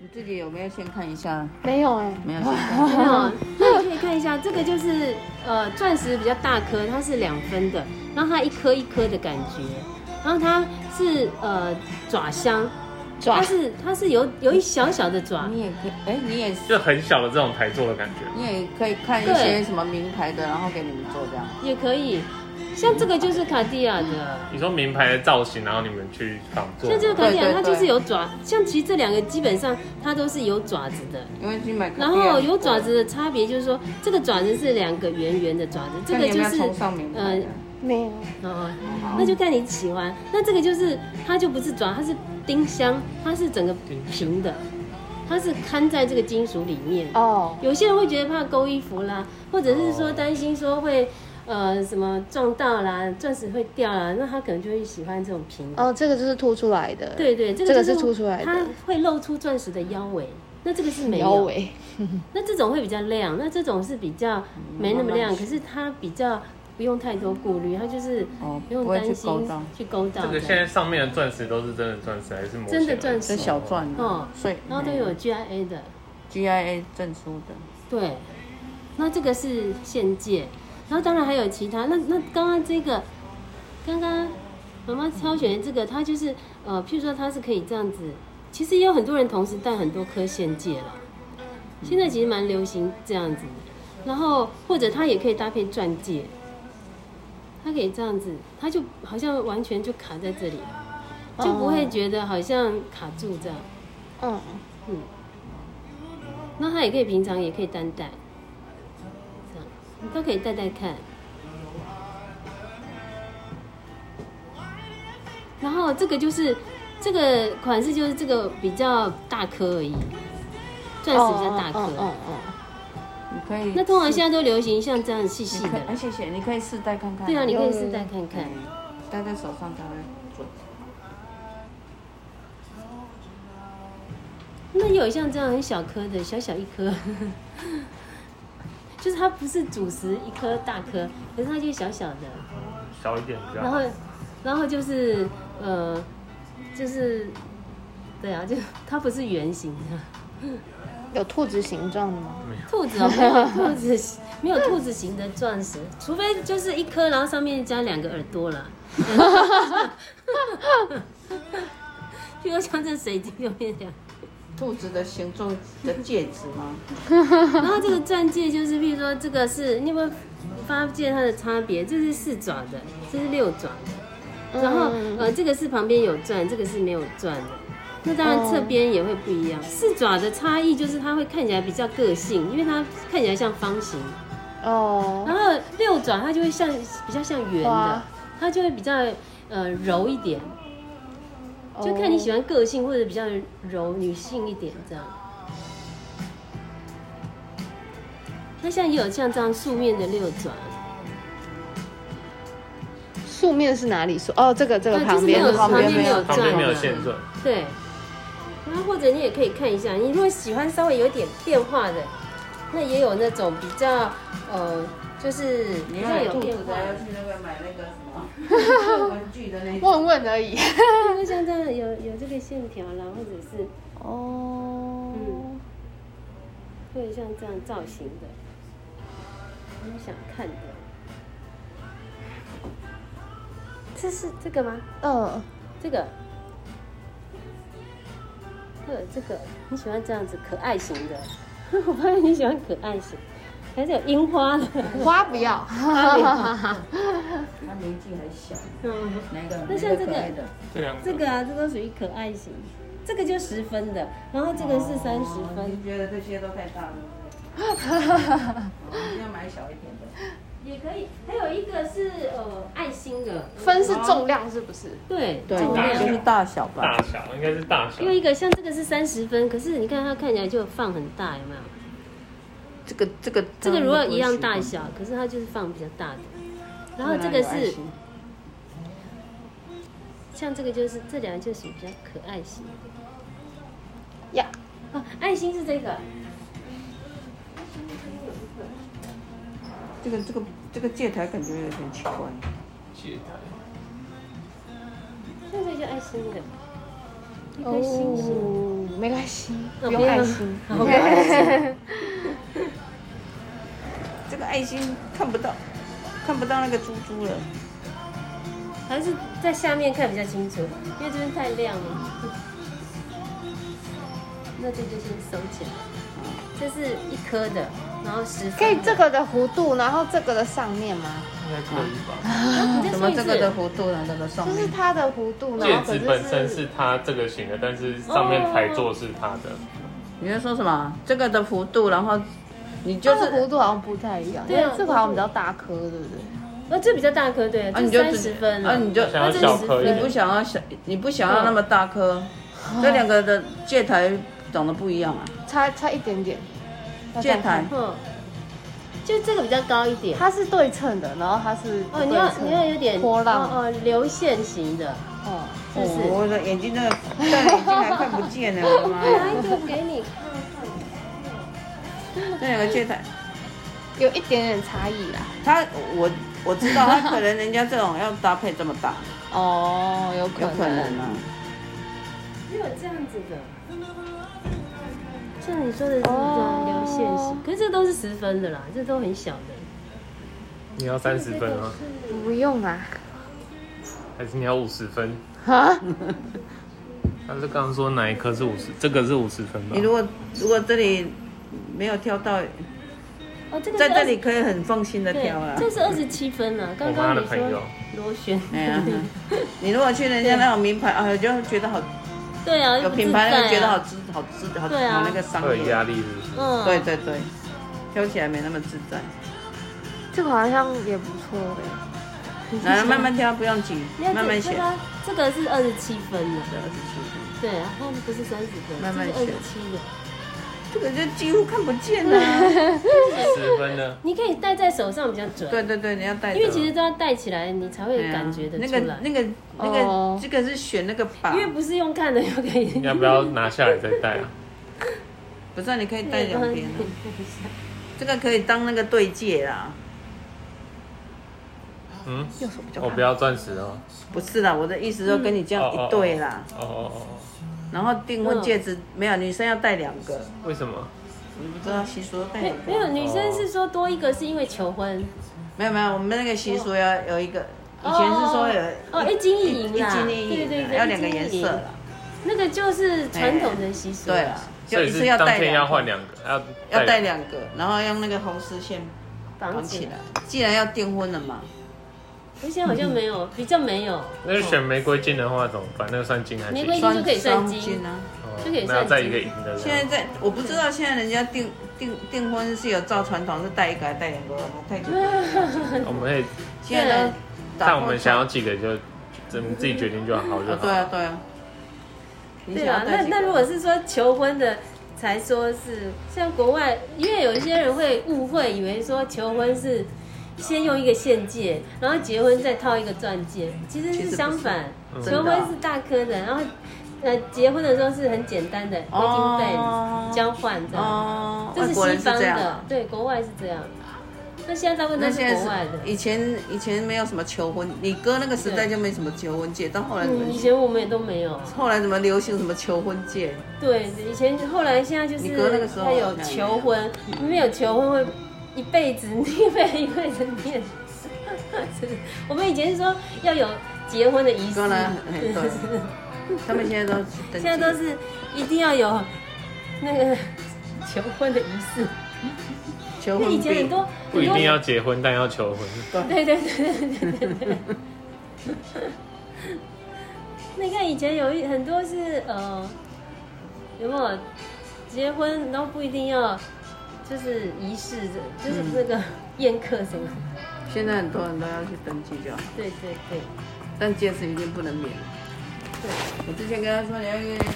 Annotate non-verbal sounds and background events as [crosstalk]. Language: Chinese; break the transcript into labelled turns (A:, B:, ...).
A: 你自己有没有先看一下？
B: 没有
C: 欸
B: 哎、
A: 没有
C: [laughs]
A: 先看。
C: 没有，那你可以看一下，这个就是呃钻石比较大颗，它是两分的，然后它一颗一颗的感觉，然后它是呃爪香，
B: 爪
C: 它是它是有有一小小的爪，
A: 你也可以，哎、你也
D: 就很小的这种台座的感觉。
A: 你也可以看一些什么名牌的，然后给你们做这样。
C: 也可以，像这个就是卡地亚的，
D: 你说名牌的造型，然后你们去仿做
C: 像，这个卡地
A: 对对对
C: 亚它就是有爪，像其实这两个基本上它都是有爪子的，
A: 因为去买卡啊地亚，
C: 然后有爪子的差别就是说，这个爪子是两个圆圆的爪子，这
A: 看
C: 个
A: 你有没
C: 就
A: 有
C: 是呃
A: 冲上名牌的。
B: 没有，
C: 哦，
A: 好
C: 那就看你喜欢。那这个就是它就不是爪，它是丁香，它是整个平的，它是看在这个金属里面。
B: 哦，
C: 有些人会觉得怕勾衣服啦，或者是说担心说会呃什么撞到啦，钻石会掉啦，那他可能就会喜欢这种平的。
B: 哦，这个就是凸出来的，，
C: 对对，这
B: 这
C: 个
B: 个
C: 就是
B: 凸出来的
C: 它会露出钻石的腰围。那这个是没有
B: 腰围，
C: 那这种会比较亮，那这种是比较
A: 嗯
C: 没那么亮，可是它比较不用太多顾虑，它就是
A: 哦
C: 不用
A: 不会去
C: 担
A: 勾
C: 心
A: 到
C: 去勾到
D: 这个
C: 的。
D: 现在上面的钻石都是真的钻石还是模型
C: 真的钻石
A: 这小钻
C: 哦
A: 哦，所以
C: 然后都有 GIA 的，
A: GIA 证书的。
C: 对。那这个是限界，然后当然还有其他。那那刚刚这个，刚刚妈妈挑选的这个，它就是呃，譬如说它是可以这样子，其实也有很多人同时戴很多颗限界了。现在其实蛮流行这样子，然后或者它也可以搭配钻戒，它可以这样子，它就好像完全就卡在这里，就不会觉得好像卡住这样。
B: 嗯，
C: 嗯，那它也可以平常也可以单戴，这样你都可以戴戴看。然后这个就是这个款式就是这个比较大颗而已，钻石比较大颗。
B: 嗯嗯嗯
A: 你可以，
C: 那通常现在都流行像这样细细
A: 你可
C: 的
A: 以，哎，
C: 啦，
A: 谢谢，你可以试戴看看。
C: 对啊，你可以试戴看看。
A: 戴在手上才会准。
C: 那有像这样很小颗的，小小一颗， [laughs] 就是它不是主食一颗大颗，可是它就小小的。
D: 小一点比较
C: 然
D: 好
C: 后，然后就是呃，就是对啊，就它不是圆形的
B: 嗯，有兔子形状的吗？
C: 兔子哦，没有兔子形没有兔子形的钻石，除非就是一颗，然后上面加两个耳朵啦。 [laughs] 譬如像这水晶有面两，
A: 兔子的形状的戒指吗？
C: 然后这个钻戒就是，譬如说这个是，你有没有发现它的差别？这是四爪的，这是六爪的。然后
B: 嗯
C: 呃，这个是旁边有钻，这个是没有钻的。那当然
B: 哦
C: 侧边也会不一样。四爪的差异就是它会看起来比较个性，因为它看起来像方形。
B: 哦，
C: 然后六爪它就会像比较像圆的
B: 哇，
C: 它就会比较呃柔一点，
B: 哦
C: 就看你喜
B: 欢，
C: 欢个性或者比较柔女性一点这样。那像也有像这样素面的六爪，
B: 素面是哪里素？哦，这个这个
C: 对
B: 旁边
C: 呃就是没有
A: 旁边
C: 没有啊
A: 没有
D: 旁
C: 钻
D: 边没有
C: 的
D: 线钻，
C: 对，然后或者你也可以看一下，你如果喜欢稍微有点变化的，那也有那种比较呃，就是比
A: 你
C: 较
A: 要
C: 有
A: 有兔
C: 变
A: 子
C: 化
A: 还，要去那个买那个什
C: [laughs]
A: 么文具的那种。
B: 问问而已。
C: 就像这样有有这个线条啦，或者是
B: [laughs] 哦，
C: 嗯或者像这样造型的，你想看的。这是这个吗？
B: 嗯，
C: 这个，呃，这个你喜欢这样子可爱型的？ [laughs] 我发现你喜欢可爱型，还是有樱花的。 [laughs]
B: 花不 [laughs] 要，
A: 他年纪很小，
C: 嗯，
A: 哪一个？
C: 那像这个
A: 哪一可爱的
D: 这两
C: 这个啊，这都属于可爱型，这个就十分的，然后这个是三十
A: 哦
C: 分
A: 你，觉得这些都太大了，对 [laughs] 不对哦你要买小一点的。
C: 也可以。还有一个是呃爱心的，
B: 分是重量是不是？
C: 对，
A: 对
C: 重
D: 大小
A: 就
C: 量
A: 是。大小吧
D: 大。小应该是大小
C: 因，为一个像这个是三十分，可是你看它看起来就放很大，有没有？
A: 这个这个
C: 这个如果一样大，小，可是它就是放比较大的。然后这个
A: 啊
C: 是像这个就是这两个就是比较可爱型
B: 呀，
C: 哦，爱心是这个，
A: 这个这个这个戒台感觉有点奇怪，
D: 戒台
C: 像这个就爱心的，一颗星星。
B: 哦，没关系，不用爱心，
C: [laughs] 好可爱。
A: 这个爱心看不到，看不到那个猪猪了。
C: 还是在下面看比较清楚，因为这边太亮了。那这就先收起来。这是一颗的，然后十分。
B: [laughs] 可以这个的弧度，然后这个的上面吗？
D: 应该可以吧？
C: 啊，你再
A: 怎
C: 说
A: 么
C: 一
A: 这个的
C: 次。
A: 弧度呢？这个上
B: 就是
A: 面
B: 它的弧度，然
D: [laughs] 戒
B: 后可
D: 指本身
B: 是
D: 是它这个型的，但是上面台座是它的。
A: 你在说什么？这个的弧度，然后你就
B: 它的
A: 是
B: 弧度好像不太一样，因
C: 对啊
B: 为这个好像比较大颗，对不对？
C: 那哦这比较大颗，对，
A: 啊
C: 这
A: 你就
C: 三十分了。
A: 啊你就
D: 想要
C: 那这
D: 小
C: 10
D: 颗
C: 分
D: 一点
A: 你不想要小，你不想要那么大颗，这两个的戒台长得不一样啊。
B: 差差一点点。
A: 戒台
C: 嗯，就这个比较高一点。
B: 它是对称的，然后它是不
C: 哦，
B: 对
C: 你要
B: 称
C: 你要有点
B: 波浪，
C: 哦哦，流线型的，
B: 哦，
C: 是不是？
A: 哦我的眼睛真的，但眼睛还看不见呢，我的妈
C: [laughs] 拿一
A: 呀！
C: 个给你，
A: 这两个戒台，
B: 有一点点差异啦。
A: 它我我知道，它可能人家这种要搭配这么大，
B: 哦，有可
A: 有
B: 能，
A: 可能啊。
C: 没有这样子的。像你说的这种流
B: 哦
C: 线型，可是这都是十分的啦，这都很小的。
D: 你要三十分啊，
B: 不用啊，
D: 还是你要五十分？
B: 啊，
D: 他是刚刚说哪一颗是五十？这个是五十分吧
A: [laughs] 你？如果如果这里没有挑到，
C: 哦，这个
A: 在
C: 是
A: 这
C: 20
A: 里可以很放心的啊
C: 对
A: 挑了，。
C: 这是二十七分呢。刚
D: 我妈
C: 刚
D: 的
C: 你
D: 朋友
C: 说螺旋，
A: 哎呀，你如果去人家那种名牌，啊，就觉得好
C: [laughs] 对啊，
A: 有
C: 又不
A: 品牌，
C: 自在啊
A: 就觉得好自好自好
C: 对啊
A: 好那个商
D: 会有
A: 业。
D: 压力是不是？
C: 嗯，
A: 对对对，挑起来没那么自在。
B: 这个好像也不错嘞。
A: 来，慢慢挑，不用急
C: 你看，这
A: 慢慢写
C: 这。个这个是二十七分的，
A: 这个是
C: 对，它不是三十分，
A: 慢慢
C: 这是二
A: 写
C: 十七的。
A: 这个就几乎看不见
C: [laughs]
A: 了。
D: 十分呢？
C: 你可以戴在手上比较准，
A: 对对对，你要带着。哎
C: 因为其实都要戴起来，你才会感觉得
A: 啊那
C: 出
A: 个
C: 来。
A: 那个那
B: 哦
A: 个，这个是选那个把
C: 因，为不是用看的，又可以。
D: 要不要拿下来再戴啊？
A: 不是啊你可以带
C: [laughs] 对
A: 两边啊
C: 帮你看一下
A: 这个可以当那个对戒啦。
D: 嗯，
A: 右手比较
D: 我不要钻石哦。
A: 不是啦，我的意思说跟你这样一对啦，
D: 哦哦哦，
A: 然后订婚戒
C: 嗯
A: 指没有，女生要戴两个，
D: 为什么？
A: 我不知道习俗戴
C: 没
A: 两个
C: 没。有，女生是说多一个是因为求婚，
A: 没有没有，我们那个习俗要有一个，以前是说有
C: 哦一金一银
A: 一
C: 啦
A: 金一
C: 对对
A: 银，啊
C: 对
A: 要两个颜
C: 一金一银
A: 色啦，
C: 那个就是传统的习俗。
A: 对啊啦，
D: 所
A: 就
D: 以
A: 一次
D: 是
A: 要
D: 当
A: 戴
D: 天要
A: 两
D: 换
A: 个，
D: 两个，要
A: 要戴两个，然后用那个红丝线
C: 绑
A: 绑
C: 起
A: 起
C: 来
A: 来。。既然要订婚了嘛，
C: 我现在好像没有，比较没有， [laughs]
D: 那就选玫瑰金的话怎么办？那个算金还是银？
C: 玫瑰金哎就可以算金
A: 金啊。
D: 哦
C: 就可以
D: 那要
C: 算
D: 再
C: 金
D: 一个银的。
A: 现在在，我不知道现在人家订订订婚是有照传统是带一个还是带两个，我太久
C: 啊
A: 了。
D: 我们可以，
A: 现在都打
D: 但
A: 破
D: 我们想要几个就，我们自己决定就好就
A: 哦
D: 好。
A: 对啊，对啊。你
C: 对
A: 想
C: 啊
A: 要，带
C: 那
A: 几个
C: 那如果是说求婚的，才说是像国外，因为有一些人会误会，以为说求婚是先用一个现戒，然后结婚再套一个钻戒，其实
A: 其实不
C: 是
A: 是
C: 相反，
D: 嗯
C: 求婚是大颗的，然后呃结婚的时候是很简单的，会经
A: 哦
C: 被交换这样，
A: 哦，
C: 这
A: 外
C: 是
A: 国
C: 西
A: 人是
C: 方
A: 这样。
C: 的，对，国外是这样。那现在大部分
A: 那
C: 都是
A: 现在
C: 国外
A: 是
C: 的，
A: 以前以前没有什么求婚，你哥那个时代就没什么求婚戒，到后来怎么
C: 嗯，以前我们也都没有啊。
A: 后来怎么流行什么求婚戒？
C: 对，以前后来现在就是
A: 你哥那个时候
C: 他有求婚，
A: 嗯
C: 没有求婚会一辈子一辈子一辈子念。 [laughs] 我们以前是说要有结婚的仪式
A: 当然，哎，对，他们现在都
C: 嗯 [laughs] 现在都是一定要有那个求婚的仪式。
A: 求
C: 那
A: 婚
C: 以前很
A: 币，
C: 多
D: 不
C: 很
D: 一
C: 多
D: 定要结婚，但要求婚。
C: 对对对对对对对。 [laughs] 那你看以前有一很多是呃，有没有结婚，然后不一定要就是仪式的，就是那个宴客什么。
A: 现在很多人都要去登记就好，
C: 对对对，
A: 但戒指一定不能免。
C: 对，
A: 我之前跟他说你要去